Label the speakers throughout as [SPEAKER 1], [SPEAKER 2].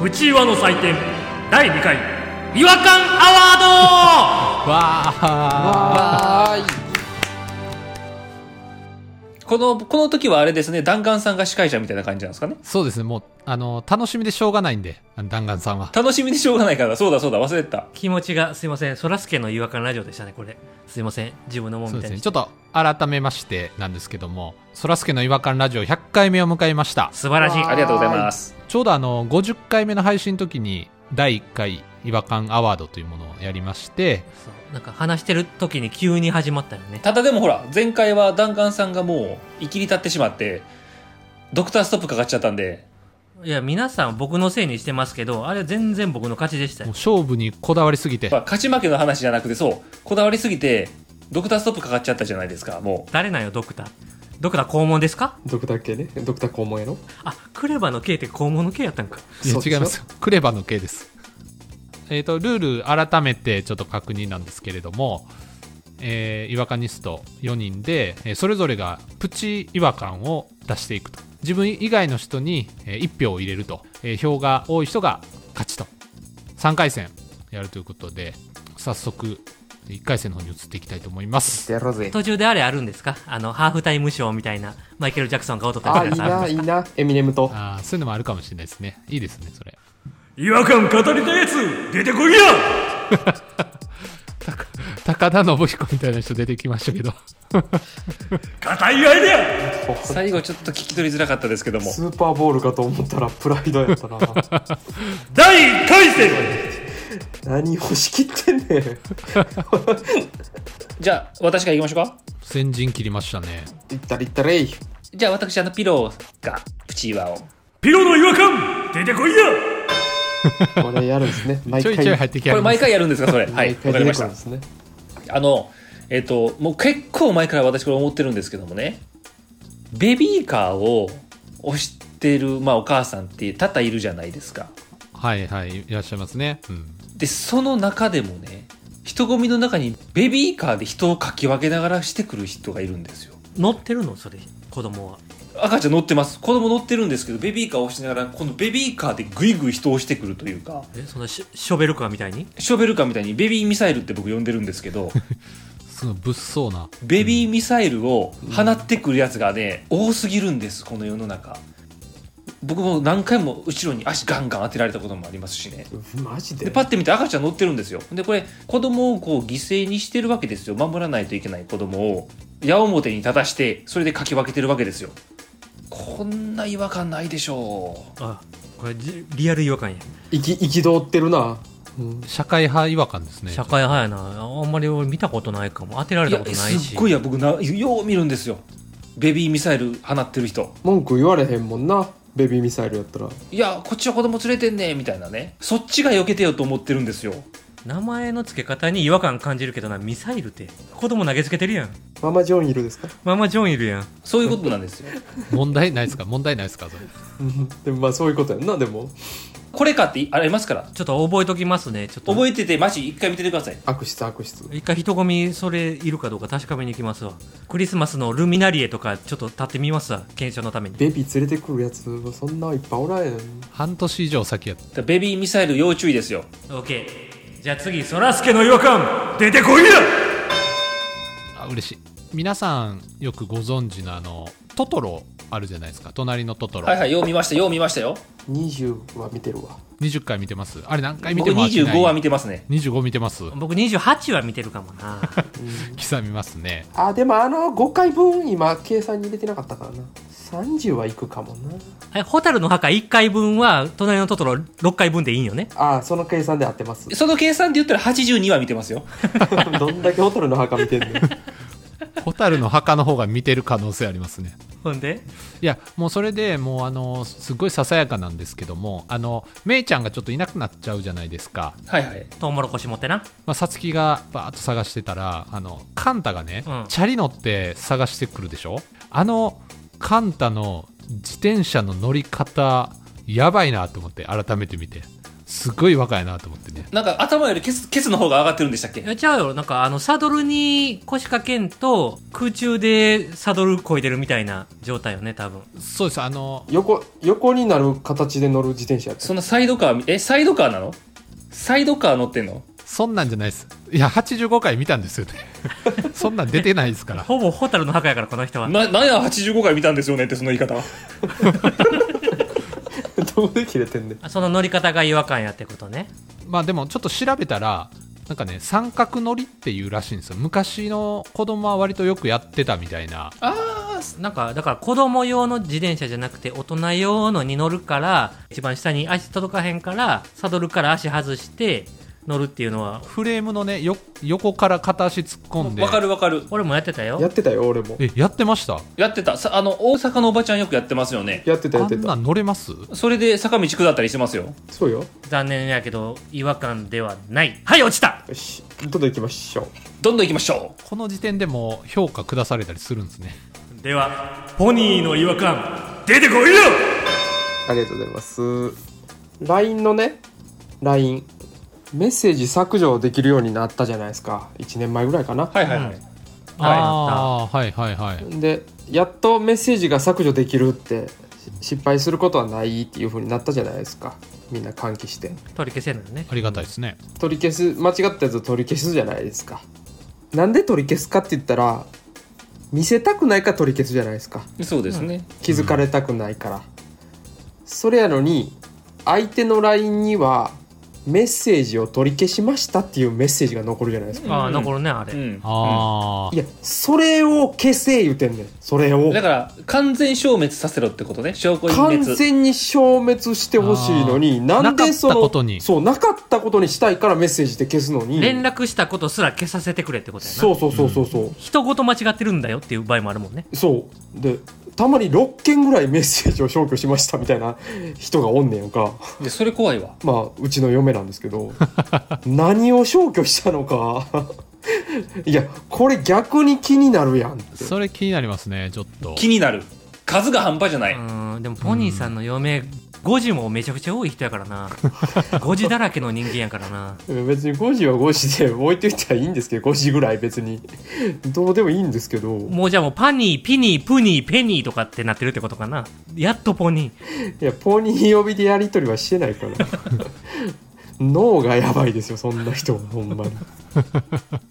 [SPEAKER 1] プチ岩の祭典第2回違和感アワー
[SPEAKER 2] わあ
[SPEAKER 3] はーい
[SPEAKER 1] ドこのこの時はあれですね弾丸さんが司会者みたいな感じなんですかね
[SPEAKER 2] そうですねもうあの楽しみでしょうがないんであの弾丸さんは
[SPEAKER 1] 楽しみでしょうがないからそうだそうだ忘れてた
[SPEAKER 4] 気持ちがすいませんそらすけの違和感ラジオでしたねこれすいません自分のもん
[SPEAKER 2] そう
[SPEAKER 4] み
[SPEAKER 2] で
[SPEAKER 4] たいに
[SPEAKER 2] すねちょっと改めましてなんですけどもそらすけの違和感ラジオ100回目を迎えました
[SPEAKER 4] 素晴らしい
[SPEAKER 1] ありがとうございます
[SPEAKER 2] ちょうどあの50回目の配信の時に第1回違和感アワードというものをやりまして
[SPEAKER 4] そうなんか話してる時に急に始まったよね
[SPEAKER 1] ただでもほら前回は弾丸さんがもういきり立ってしまってドクターストップかかっちゃったんで
[SPEAKER 4] いや皆さん僕のせいにしてますけどあれ全然僕の勝ちでした
[SPEAKER 2] も
[SPEAKER 4] よ
[SPEAKER 2] う勝負にこだわりすぎて
[SPEAKER 1] やっぱ勝ち負けの話じゃなくてそうこだわりすぎてドクターストップかかっちゃったじゃないですかも
[SPEAKER 4] 誰なんよドクタードクター肛門ですか
[SPEAKER 3] ドクター系ねドクター肛門やろ
[SPEAKER 4] あクレバの K って肛門の K やったんか
[SPEAKER 2] いや
[SPEAKER 3] そうでしょ
[SPEAKER 2] 違いますクレバの系ですえっ、とルール改めてちょっと確認なんですけれどもえー、違和感ニスト4人で、えーそれぞれがプチ違和感を出していくと自分以外の人に、えー1票を入れると、えー票が多い人が勝ちと3回戦やるということで早速1回戦の方に移っていきたいと思います
[SPEAKER 3] やろうぜ
[SPEAKER 4] 途中であれあるんですかあのハーフタイムショーみたいなマイケル・ジャクソンが踊った
[SPEAKER 3] あい
[SPEAKER 4] 時
[SPEAKER 3] い
[SPEAKER 4] のやつ
[SPEAKER 3] ないいなエミネムと
[SPEAKER 2] あーそういうのもあるかもしれないですねいいですねそれ
[SPEAKER 1] う違和感語りたやつ出てこいや
[SPEAKER 2] 高田信彦みたいな人出てきましたけど
[SPEAKER 1] 硬いアイデア最後ちょっと聞き取りづらかったですけども
[SPEAKER 3] スーパーボールかと思ったらプライドやった な
[SPEAKER 1] 第1回戦
[SPEAKER 3] 何を仕切ってんねん
[SPEAKER 1] じゃあ私からいきましょうか
[SPEAKER 2] 先陣切りましたね
[SPEAKER 3] いったりいったれい
[SPEAKER 1] じゃあ私あのピローがプチ岩をピローの違和感出てこいや
[SPEAKER 3] これやるんです ね毎
[SPEAKER 2] ちょ
[SPEAKER 3] 回
[SPEAKER 2] いちょい入ってき
[SPEAKER 1] これ
[SPEAKER 2] はりま
[SPEAKER 1] 毎
[SPEAKER 2] す
[SPEAKER 1] 回やるんですかそれはい
[SPEAKER 3] 毎回出
[SPEAKER 1] わかり
[SPEAKER 3] て
[SPEAKER 1] ま
[SPEAKER 3] く
[SPEAKER 1] し
[SPEAKER 3] るん
[SPEAKER 1] た
[SPEAKER 3] ですね
[SPEAKER 1] あのえっ、ともう結構前から私これ思ってるんですけどもねベビーカーを押してる、まあ、お母さんって多々いるじゃないですか
[SPEAKER 2] はいはいいらっしゃいますね、うん、
[SPEAKER 1] でその中でもね人混みの中にベビーカーで人をかき分けながらしてくる人がいるんですよ
[SPEAKER 4] 乗ってるのそれ子供は
[SPEAKER 1] 赤ちゃん乗ってます子供乗ってるんですけどベビーカーを押しながらこのベビーカーでグイグイ人を押してくるというか
[SPEAKER 4] えそのシショベルカーみたいに
[SPEAKER 1] ショベルカーみたいにベビーミサイルって僕呼んでるんですけど
[SPEAKER 2] すごい物騒な
[SPEAKER 1] ベビーミサイルを放ってくるやつがね多すぎるんですこの世の中僕も何回も後ろに足ガンガン当てられたこともありますしね
[SPEAKER 3] うんマジ
[SPEAKER 1] で
[SPEAKER 3] で
[SPEAKER 1] パッて見て赤ちゃん乗ってるんですよでこれ子供をこう犠牲にしてるわけですよ守らないといけない子供を矢面に立たしてそれでかき分けてるわけですよこんな違和感ないでしょう
[SPEAKER 4] あこれじリアル違和感や
[SPEAKER 3] 生き憤ってるな、うん、
[SPEAKER 2] 社会派違和感ですね
[SPEAKER 4] 社会派やなあんまり俺見たことないかも当てられ
[SPEAKER 1] い
[SPEAKER 4] た
[SPEAKER 1] や
[SPEAKER 4] ことないし
[SPEAKER 1] すっごいや僕なよう見るんですよベビーミサイル放ってる人
[SPEAKER 3] 文句言われへんもんなベビーミサイルやったら
[SPEAKER 1] いやこっちは子供連れてんねみたいなねそっちが避けてよと思ってるんですよ
[SPEAKER 4] 名前の付け方に違和感感じるけどなミサイルって子供投げつけてるやん
[SPEAKER 3] ママジョンいるですか
[SPEAKER 4] ママジョンいるやん
[SPEAKER 1] そういうことなんですよ
[SPEAKER 2] 問題ないですか問題ないですかそれ
[SPEAKER 3] うんでもまあそういうことやんなでも
[SPEAKER 1] これかってありますから
[SPEAKER 4] ちょっと覚えときますねちょっと
[SPEAKER 1] 覚えててマジ一回見ててください
[SPEAKER 3] 悪質悪質
[SPEAKER 4] 一回人混みそれいるかどうか確かめに行きますわクリスマスのルミナリエとかちょっと立ってみますわ検証のために
[SPEAKER 3] ベビー連れてくるやつそんないっぱいおらへん
[SPEAKER 2] 半年以上先やっ
[SPEAKER 1] だからベビーミサイル要注意ですよ
[SPEAKER 4] OK じゃあ次そらすけの違和感出てこいや
[SPEAKER 2] たあ嬉しい皆さんよくご存知のあのトトロあるじゃないですか隣のトトロ、
[SPEAKER 1] はいはいよう見ましたよう見ましたよ
[SPEAKER 3] 20は見てるわ
[SPEAKER 2] 20回見てますあれ何回見
[SPEAKER 1] 僕
[SPEAKER 2] ても飽きない
[SPEAKER 1] 25は見てますね
[SPEAKER 2] 25見てます
[SPEAKER 4] 僕28は見てるかも な
[SPEAKER 2] 刻みますね
[SPEAKER 3] あでもあの5回分今計算に入れてなかったからな30はいくかもな
[SPEAKER 4] え蛍の墓1回分は隣のトトロ6回分でいいんよね
[SPEAKER 3] あその計算で合ってます
[SPEAKER 1] その計算で言ったら82は見てますよ
[SPEAKER 3] どんだけホテルの墓見てんねん
[SPEAKER 2] 蛍の墓の方が見てる可能性ありますね
[SPEAKER 4] ほんで
[SPEAKER 2] いやもうそれでもうあのすごいささやかなんですけどもあのめいちゃんがちょっといなくなっちゃうじゃないですか
[SPEAKER 1] はいはい
[SPEAKER 4] トウモロコシ持ってな
[SPEAKER 2] まあ、さつきがバーッと探してたらあのカンタがね、
[SPEAKER 4] うん
[SPEAKER 2] チャリ乗って探してくるでしょあのカンタの自転車の乗り方やばいなと思って改めて見てすごい若いなと思ってね
[SPEAKER 1] なんか頭よりケツケツの方が上がってるんでしたっけ
[SPEAKER 4] え違うよなんかあのサドルに腰掛けんと空中でサドルこいでるみたいな状態よね多分
[SPEAKER 2] そうですあの
[SPEAKER 3] 横横になる形で乗る自転車やった
[SPEAKER 1] そんなサイドカーみえサイドカーなのサイドカー乗ってんの
[SPEAKER 2] そんなんじゃないですいや85回見たんですよね そんなん出てないですから
[SPEAKER 4] ほぼホタルの墓やからこの人は
[SPEAKER 1] ななんや85回見たんですよねってその言い方
[SPEAKER 3] どこで切れてんねん
[SPEAKER 4] その乗り方が違和感やってことね
[SPEAKER 2] まあでもちょっと調べたらなんかね三角乗りっていうらしいんですよ昔の子供は割とよくやってたみたいな
[SPEAKER 1] あ
[SPEAKER 4] なんかだから子供用の自転車じゃなくて大人用のに乗るから一番下に足届かへんからサドルから足外して乗るっていうのは
[SPEAKER 2] フレームのねよ横から片足突っ込ん
[SPEAKER 1] あ
[SPEAKER 2] で
[SPEAKER 1] わかるわかる
[SPEAKER 4] 俺もやってたよ
[SPEAKER 3] やってたよ俺も
[SPEAKER 2] えやってました
[SPEAKER 1] やってたさあの大阪のおばちゃんよくやってますよね
[SPEAKER 3] やってたや
[SPEAKER 2] あ
[SPEAKER 3] って
[SPEAKER 2] んな
[SPEAKER 3] た
[SPEAKER 2] ん乗れます
[SPEAKER 1] それで坂道下ったりしてますよ
[SPEAKER 3] そうよ
[SPEAKER 4] 残念やけど違和感ではないはい落ちた
[SPEAKER 3] よしどんどん行きましょう
[SPEAKER 1] どんどん行きましょう
[SPEAKER 2] この時点でもう評価下されたりするんですね
[SPEAKER 4] ではポニーの違和感出てこいよ
[SPEAKER 3] ありがとうございます LINE のね LINE メッセージ削除できるようになったじゃないですか1年前ぐらいかな
[SPEAKER 1] はいはいはい、
[SPEAKER 4] うん
[SPEAKER 2] ああはいはいはい
[SPEAKER 3] でやっとメッセージが削除できるってし失敗することはないっていう風になったじゃないですかみんな喚起して
[SPEAKER 4] 取り消せんのよね
[SPEAKER 2] ありがたいですね
[SPEAKER 3] 取り消す間違ったやつを取り消すじゃないですかなんで取り消すかって言ったら見せたくないから取り消すじゃないですか
[SPEAKER 1] そうですね、
[SPEAKER 3] 気づかれたくないから、それやのに相手の LINE にはメッセージを取り消しましたっていうメッセージが残るじゃないですか、
[SPEAKER 4] ああ
[SPEAKER 1] うん
[SPEAKER 4] 残るねあれ、
[SPEAKER 1] うん
[SPEAKER 2] あ
[SPEAKER 3] いやそれを消せ言うてんねんそれ
[SPEAKER 1] う
[SPEAKER 3] を
[SPEAKER 1] んだから完全消滅させろってことね証拠
[SPEAKER 3] 完
[SPEAKER 1] 隠滅
[SPEAKER 3] 全に消滅してほしいのに
[SPEAKER 2] ー
[SPEAKER 3] なんでそ
[SPEAKER 2] なかった
[SPEAKER 3] の
[SPEAKER 2] ことに
[SPEAKER 3] そうなかったことにしたいからメッセージで消すのに
[SPEAKER 4] 連絡したことすら消させてくれってことやな
[SPEAKER 3] そうそうそうそうそう、
[SPEAKER 4] 人ごと間違ってるんだよっていう場合もあるもんね
[SPEAKER 3] そうでたまに6件ぐらいメッセージを消去しましたみたいな人がおんねんか
[SPEAKER 1] でそれ怖いわ
[SPEAKER 3] まあうちの嫁なんです けど何を消去したのか いやこれ逆に気になるやんって
[SPEAKER 2] あそれ気になりますねちょっと
[SPEAKER 1] 気になる数が半端じゃない、
[SPEAKER 4] うんでもポニーさんの嫁5時もめちゃくちゃ多い人やから な5時だらけの人間やからな
[SPEAKER 3] 別に5時は5時で置いといたらいいんですけど5時ぐらい別にどうでもいいんですけど
[SPEAKER 4] もうじゃあもうパニーピニープニーペニーとかってなってるってことかなやっとポニー
[SPEAKER 3] いやポニー呼びでやり取りはしてない から脳がやばいですよそんな人はほんまに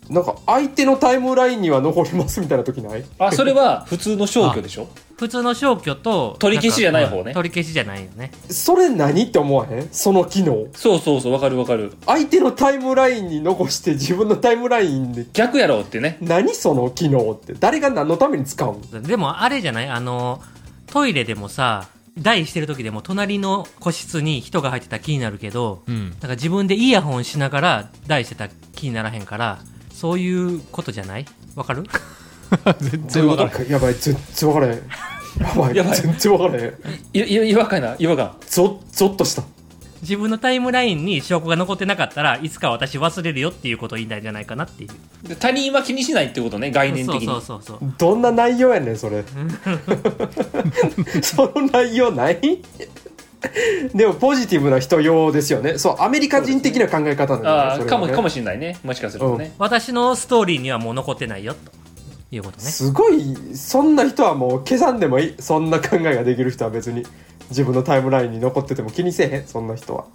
[SPEAKER 3] なんか相手のタイムラインには残りますみたいな時ない
[SPEAKER 1] あそれは普通の消去でしょ
[SPEAKER 4] 普通の消去と
[SPEAKER 1] 取り消しじゃない方ね
[SPEAKER 4] んか取り消しじゃないよね
[SPEAKER 3] それ何って思わへんその機能
[SPEAKER 1] そうそうそうわかるわかる
[SPEAKER 3] 相手のタイムラインに残して自分のタイムラインで
[SPEAKER 1] 逆やろうってね
[SPEAKER 3] 何その機能って誰が何のために使うん
[SPEAKER 4] でもあれじゃないあのトイレでもさ台してる時でも隣の個室に人が入ってたら気になるけど
[SPEAKER 2] う
[SPEAKER 4] な
[SPEAKER 2] ん
[SPEAKER 4] んか自分でイヤホンしながら台してたら気にならへんからそういうことじゃないわかる
[SPEAKER 2] 全然わからない
[SPEAKER 3] どういうことやばい全然分からへんや ばい
[SPEAKER 1] やばい
[SPEAKER 3] 全然分からへん
[SPEAKER 1] いい違和感な違和感
[SPEAKER 3] ゾッゾッとした
[SPEAKER 4] 自分のタイムラインに証拠が残ってなかったらいつか私忘れるよっていうことを言いたいんじゃないかなっていう
[SPEAKER 1] で他人は気にしないってことね概念
[SPEAKER 4] そ
[SPEAKER 1] 的
[SPEAKER 4] う
[SPEAKER 1] に
[SPEAKER 4] そうそうそう
[SPEAKER 3] どんな内容やねんそれ その内容ないでもポジティブな人用ですよねそうアメリカ人的な考え方な
[SPEAKER 1] あ
[SPEAKER 3] ん
[SPEAKER 1] あ、
[SPEAKER 3] だ
[SPEAKER 1] かもかも
[SPEAKER 3] し
[SPEAKER 1] しれないねもしかするとね、
[SPEAKER 4] 私のストーリーにはもう残ってないよということね
[SPEAKER 3] すごいそんな人はもう消さんでもいいそんな考えができる人は別に自分のタイムラインに残ってても気にせえへんそんな人は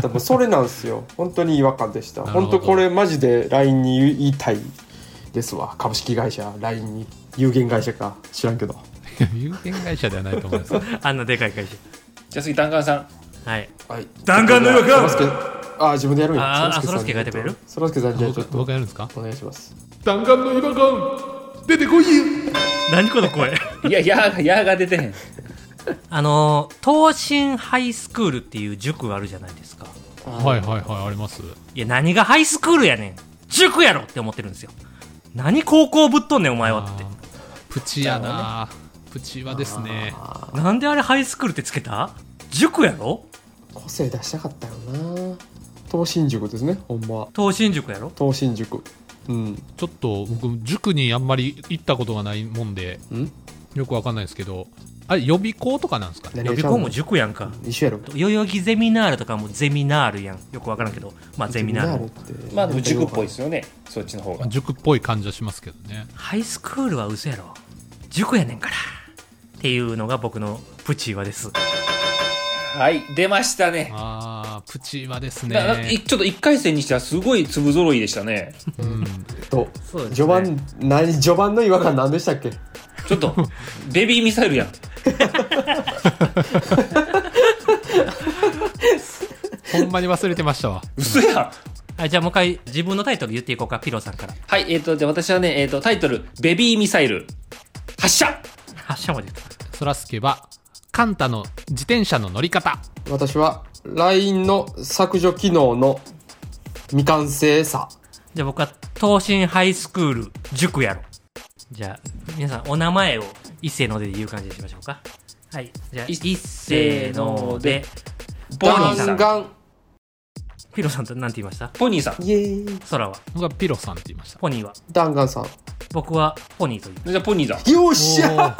[SPEAKER 3] 多分それなんですよ 本当に違和感でした
[SPEAKER 2] なるほ
[SPEAKER 3] 本
[SPEAKER 2] ど
[SPEAKER 3] 当これマジで LINE に言いたいですわ株式会社 LINE に有限会社か知らんけど
[SPEAKER 2] 有限会社ではないと思います
[SPEAKER 4] あんなでかい会社
[SPEAKER 1] じゃあ次ダンカンさん
[SPEAKER 4] はい
[SPEAKER 3] はい
[SPEAKER 4] 弾丸の予
[SPEAKER 3] そ
[SPEAKER 4] 感
[SPEAKER 3] らすけあ自分でやるん
[SPEAKER 4] あ
[SPEAKER 3] や
[SPEAKER 4] ー
[SPEAKER 3] さんに
[SPEAKER 4] あそらすけがやってくれる
[SPEAKER 3] そらすけさんじゃあちょ
[SPEAKER 2] 僕
[SPEAKER 3] っと
[SPEAKER 2] 僕やるんですか
[SPEAKER 3] お願いします
[SPEAKER 2] 弾丸の違和感出てこい
[SPEAKER 4] 何この声
[SPEAKER 1] いややーがやーが出てへん
[SPEAKER 4] あの東進ハイスクールっていう塾あるじゃないですか
[SPEAKER 2] はいはいはいあります
[SPEAKER 4] いや何がハイスクールやねん塾やろって思ってるんですよ何高校ぶっとんねんお前はって
[SPEAKER 2] あープチやな、プチはですね
[SPEAKER 4] なんであれハイスクールってつけた塾やろ
[SPEAKER 3] 個性出したかったよな東進塾ですねほんまは
[SPEAKER 4] 東進塾やろ
[SPEAKER 3] 東進塾うん
[SPEAKER 2] ちょっと僕塾にあんまり行ったことがないもんで
[SPEAKER 3] ん
[SPEAKER 2] よくわかんないですけどあれ予備校とかなんですかね
[SPEAKER 4] 予備校も塾やんか
[SPEAKER 3] 一緒やろ
[SPEAKER 4] 代々木ゼミナールとかもゼミナールやんよくわからんけどまあゼミナール
[SPEAKER 3] って
[SPEAKER 1] まあでも塾っぽいですよねそっちの方が
[SPEAKER 2] 塾っぽい感じはしますけどね
[SPEAKER 4] ハイスクールは嘘やろ塾やねんからっていうのが僕のプチ岩です
[SPEAKER 1] はい出ましたね
[SPEAKER 2] あープチはです
[SPEAKER 1] だからい
[SPEAKER 2] ね、
[SPEAKER 1] ちょっと1回戦にしてはすごい粒揃いでしたね
[SPEAKER 2] うん、
[SPEAKER 3] と
[SPEAKER 4] そうですね
[SPEAKER 3] 序盤何序盤の違和感何でしたっけ
[SPEAKER 1] ち ょっとベビーミサイルやん
[SPEAKER 2] ほんまに忘れてましたわ
[SPEAKER 1] 嘘やん
[SPEAKER 4] あじゃあもう一回自分のタイトル言っていこうかピロさんから
[SPEAKER 1] はいえっ、とじゃあ私はね、えー、とタイトル「ベビーミサイル」発射
[SPEAKER 4] 発車まで言った
[SPEAKER 2] そらすけはカンタの自転車の乗り方
[SPEAKER 3] 私は LINE の削除機能の未完成さ
[SPEAKER 4] じゃあ僕は東進ハイスクール塾やろじゃあ皆さんお名前を一斉ので言う感じにしましょうかはいじゃあ
[SPEAKER 1] い
[SPEAKER 4] 一斉ので
[SPEAKER 1] ポニーさ
[SPEAKER 3] 弾
[SPEAKER 1] ん
[SPEAKER 3] 丸
[SPEAKER 4] ピロさんと何て言いました
[SPEAKER 1] ポニーさん
[SPEAKER 3] イエーイ
[SPEAKER 4] 空は
[SPEAKER 2] 僕はピロさんって言いました
[SPEAKER 4] ポニーは
[SPEAKER 3] 弾丸さん
[SPEAKER 4] 僕はポニーと言いま
[SPEAKER 1] じゃあポニーだ
[SPEAKER 3] よっし
[SPEAKER 2] お
[SPEAKER 3] ゃ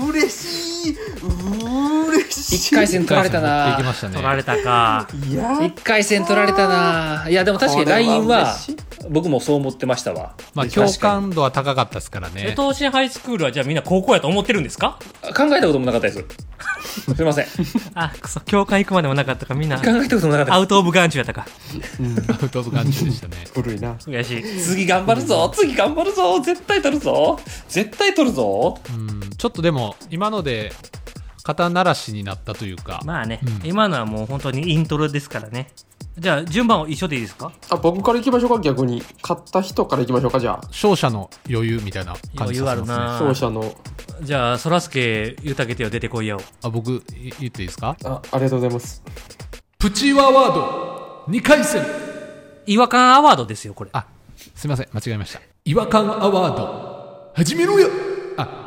[SPEAKER 2] ー
[SPEAKER 3] 嬉しいう嬉しい
[SPEAKER 1] 1回戦取られた
[SPEAKER 2] 持っていき
[SPEAKER 1] な
[SPEAKER 2] まし
[SPEAKER 4] す
[SPEAKER 2] たね
[SPEAKER 4] 取られたか
[SPEAKER 3] いや
[SPEAKER 1] 1回戦取られたないやでも確かに LINE
[SPEAKER 3] これは
[SPEAKER 1] は
[SPEAKER 3] 嬉しい
[SPEAKER 1] 僕もそう思ってましたわ
[SPEAKER 2] まあ
[SPEAKER 1] 確か
[SPEAKER 2] 共
[SPEAKER 1] に
[SPEAKER 2] 感度は高かったですから
[SPEAKER 4] え
[SPEAKER 2] ね
[SPEAKER 4] 東進ハイスクールはじゃあみんな高校やと思ってるんですか
[SPEAKER 1] 考えたこともなかったですすいませ ん考
[SPEAKER 4] あくそ教会行くまでもなかったかみんな
[SPEAKER 1] えたこともなかった
[SPEAKER 4] アウト・オブ・ガンチュやったか
[SPEAKER 2] アウトオブ感じでしたね
[SPEAKER 3] 古いな
[SPEAKER 4] 悔しい
[SPEAKER 1] です次頑張るぞ次頑張るぞ絶対取るぞ絶対取るぞ
[SPEAKER 2] うんちょっとでも今ので肩慣らしになったというか、
[SPEAKER 4] まあね、
[SPEAKER 2] うん
[SPEAKER 4] 今のはもう本当にイントロですからねじゃあ順番を一緒でいいですか
[SPEAKER 3] あ僕から行きましょうか逆に買った人から行きましょうかじゃ
[SPEAKER 2] 勝者の余裕みたいな感じがします
[SPEAKER 4] 余裕
[SPEAKER 2] ね
[SPEAKER 4] ある
[SPEAKER 3] あ
[SPEAKER 4] な
[SPEAKER 3] 勝者の
[SPEAKER 4] じゃあそらすけ言うたげてよ出てこいよ
[SPEAKER 2] あ僕い言っていいですか
[SPEAKER 3] あありがとうございます
[SPEAKER 2] プチワワード2回戦
[SPEAKER 4] 違和感アワードですよこれ
[SPEAKER 2] あすいません間違えました違和感アワード始めろやあ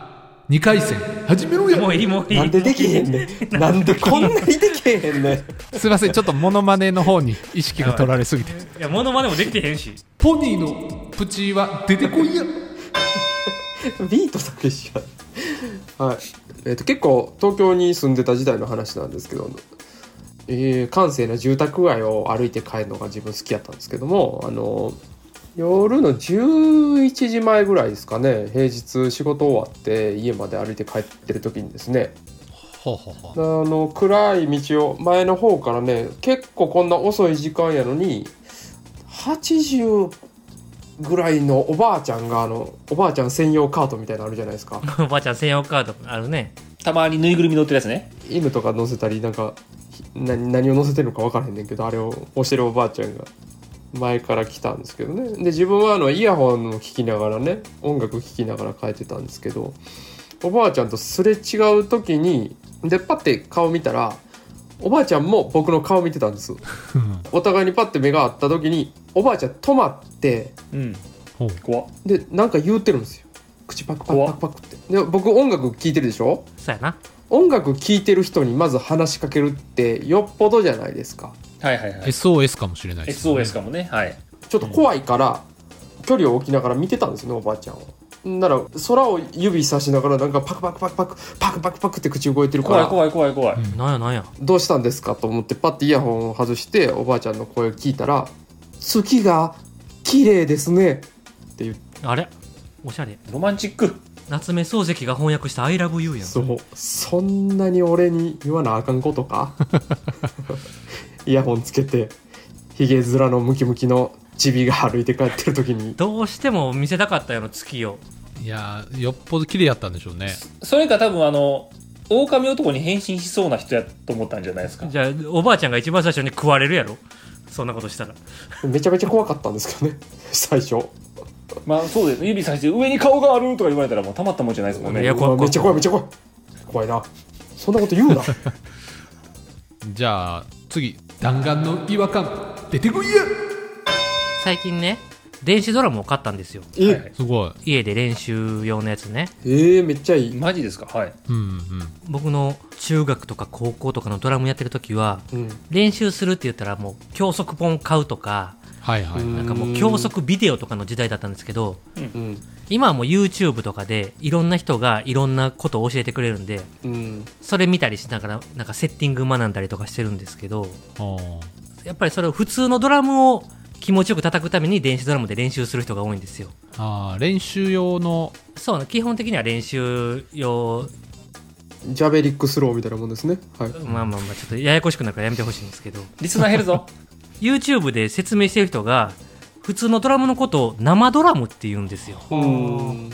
[SPEAKER 2] 2回戦始めろ
[SPEAKER 4] も
[SPEAKER 2] や
[SPEAKER 4] ういいもういい
[SPEAKER 3] なんでできへんねんなんでこんなにできへんねん
[SPEAKER 2] すいませんちょっとモノマネの方に意識が取られすぎて
[SPEAKER 4] いやモノマネもできてへんし
[SPEAKER 2] ポニーのプチは出てこいや
[SPEAKER 3] ビートたけしやはいえー、と結構東京に住んでた時代の話なんですけど、えー、閑静な住宅街を歩いて帰るのが自分好きやったんですけどもあの夜の11時前ぐらいですかね平日仕事終わって家まで歩いて帰ってる時にですね
[SPEAKER 2] ほうほうほ
[SPEAKER 3] あの暗い道を前の方からね結構こんな遅い時間やのに80ぐらいのおばあちゃんがあのおばあちゃん専用カートみたいなのあるじゃないですか
[SPEAKER 4] おばあちゃん専用カードあるね
[SPEAKER 1] たまにぬいぐるみ乗ってるやつね
[SPEAKER 3] 犬とか乗せたりなんかひ何何を乗せてるのか分からへんねんけどあれを押してるおばあちゃんが前から来たんですけどねで自分はあのイヤホンを聞きながらね音楽聴きながら帰ってたんですけどおばあちゃんとすれ違う時にでパッて顔見たらおばあちゃんも僕の顔見てたんです
[SPEAKER 2] う
[SPEAKER 3] お互いにパッて目が合った時におばあちゃん止まって
[SPEAKER 1] うん
[SPEAKER 2] ほう
[SPEAKER 1] 怖っ
[SPEAKER 3] でなんか言うてるんですよ口パクパクパクパクってで僕音楽聴いてるでしょ
[SPEAKER 4] そうやな
[SPEAKER 3] 音楽聴いてる人にまず話しかけるってよっぽどじゃないですか
[SPEAKER 1] はいはいはい
[SPEAKER 2] SOS かもしれないですね、
[SPEAKER 1] SOS かもねはい
[SPEAKER 3] ちょっと怖いから距離を置きながら見てたんですよねおばあちゃんをなら空を指さしながらなんかパクパクパクパクパクパクパクって口動いてるか
[SPEAKER 1] 怖い
[SPEAKER 3] ら
[SPEAKER 1] 怖い怖い怖い、
[SPEAKER 2] うん
[SPEAKER 4] なんやなんや
[SPEAKER 3] どうしたんですかと思ってパッてイヤホンを外しておばあちゃんの声を聞いたら「月が綺麗ですね」って言って
[SPEAKER 4] あれおしゃれ
[SPEAKER 1] ロマンチック
[SPEAKER 4] 夏目漱石が翻訳した「ILOVEYOU」やん
[SPEAKER 3] そうそんなに俺に言わなあかんこ とかイヤホンつけてひげ面のムキムキのチビが歩いて帰ってる時に
[SPEAKER 4] どうしても見せたかったよの月を
[SPEAKER 2] いやーよっぽど綺麗やったんでしょうね
[SPEAKER 1] それか多分あの狼男に変身しそうな人やと思ったんじゃないですか
[SPEAKER 4] じゃあおばあちゃんが一番最初に食われるやろそんなことしたら
[SPEAKER 3] めちゃめちゃ怖かったんですけどね最初
[SPEAKER 1] まあそうです指さして上に顔があるとか言われたらもうたまったもんじゃないですもん
[SPEAKER 4] い
[SPEAKER 1] ね
[SPEAKER 4] や怖いう
[SPEAKER 3] わめっちゃ怖いめっちゃ怖い怖いなそんなこと言 うな
[SPEAKER 2] じゃあ次弾丸の違和感出てこいや
[SPEAKER 4] 最近ね電子ドラムを買ったんですよ
[SPEAKER 3] え、
[SPEAKER 1] はい
[SPEAKER 2] すごい
[SPEAKER 4] 家で練習用のやつね
[SPEAKER 3] えー、めっちゃいい、
[SPEAKER 1] マジですかはい
[SPEAKER 2] うんうん
[SPEAKER 4] 僕の中学とか高校とかのドラムやってる時は
[SPEAKER 3] うん、
[SPEAKER 4] 練習するって言ったらもう教則本買うとか
[SPEAKER 2] はいはいはい。
[SPEAKER 3] な
[SPEAKER 4] なんかもう教則ビデオとかの時代だったんですけど
[SPEAKER 3] うん
[SPEAKER 4] 今はもう YouTube とかでいろんな人がいろんなことを教えてくれるんで
[SPEAKER 3] うん
[SPEAKER 4] それ見たりしながらなんかセッティング学んだりとかしてるんですけど
[SPEAKER 2] おー
[SPEAKER 4] やっぱりそれを普通のドラムを気持ちよく叩くために電子ドラムで練習する人が多いんですよ
[SPEAKER 2] あー練習用の
[SPEAKER 4] そうね基本的には練習用
[SPEAKER 3] ジャベリックスローみたいなもんですねはい
[SPEAKER 4] まあまあまあちょっとややこしくなるからやめてほしいんですけど
[SPEAKER 1] リスナー減るぞ
[SPEAKER 4] YouTube で説明してる人が普通のドラムのことを生ドラムって言うんですよ
[SPEAKER 3] うん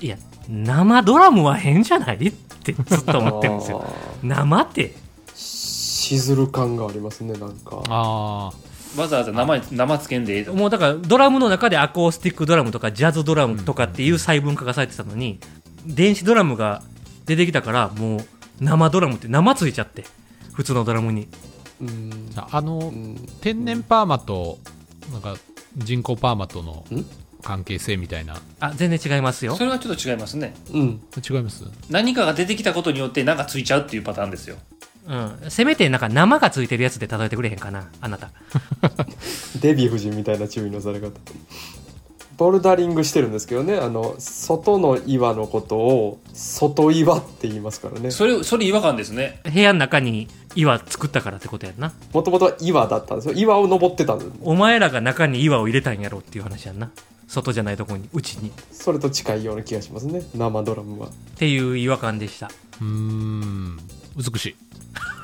[SPEAKER 4] いや生ドラムは変じゃないってずっと思ってるんですよ生って
[SPEAKER 3] しずる感がありますねなんか
[SPEAKER 2] あ
[SPEAKER 1] わざわざ生に生つけんでええと
[SPEAKER 4] もうだからドラムの中でアコースティックドラムとかジャズドラムとかっていう細分化がされてたのに電子ドラムが出てきたからもう生ドラムって生ついちゃって普通のドラムに
[SPEAKER 3] うん
[SPEAKER 2] ーあの
[SPEAKER 3] うん
[SPEAKER 2] 天然パーマとなんか人工パーマとの
[SPEAKER 3] ん
[SPEAKER 2] 関係性みたいな
[SPEAKER 4] あ全然違いますよ
[SPEAKER 1] それはちょっと違いますね
[SPEAKER 3] うん
[SPEAKER 2] 違います
[SPEAKER 1] 何かが出てきたことによって何かついちゃうっていうパターンですよ
[SPEAKER 4] うん、せめてなんか生がついてるやつで例えてくれへんかなあなた
[SPEAKER 3] デヴィ夫人みたいな注意のされ方ボルダリングしてるんですけどねあの外の岩のことを外岩って言いますからね
[SPEAKER 1] それそれ違和感ですね
[SPEAKER 4] 部屋の中に岩作ったからってことやんな
[SPEAKER 3] もともとは岩だったんですよ岩を登ってたんです
[SPEAKER 4] お前らが中に岩を入れたんやろっていう話やんな外じゃないとこにうちにっ
[SPEAKER 3] それと近いような気がしますね生ドラムは
[SPEAKER 4] ていう違和感でした
[SPEAKER 2] うーん美しい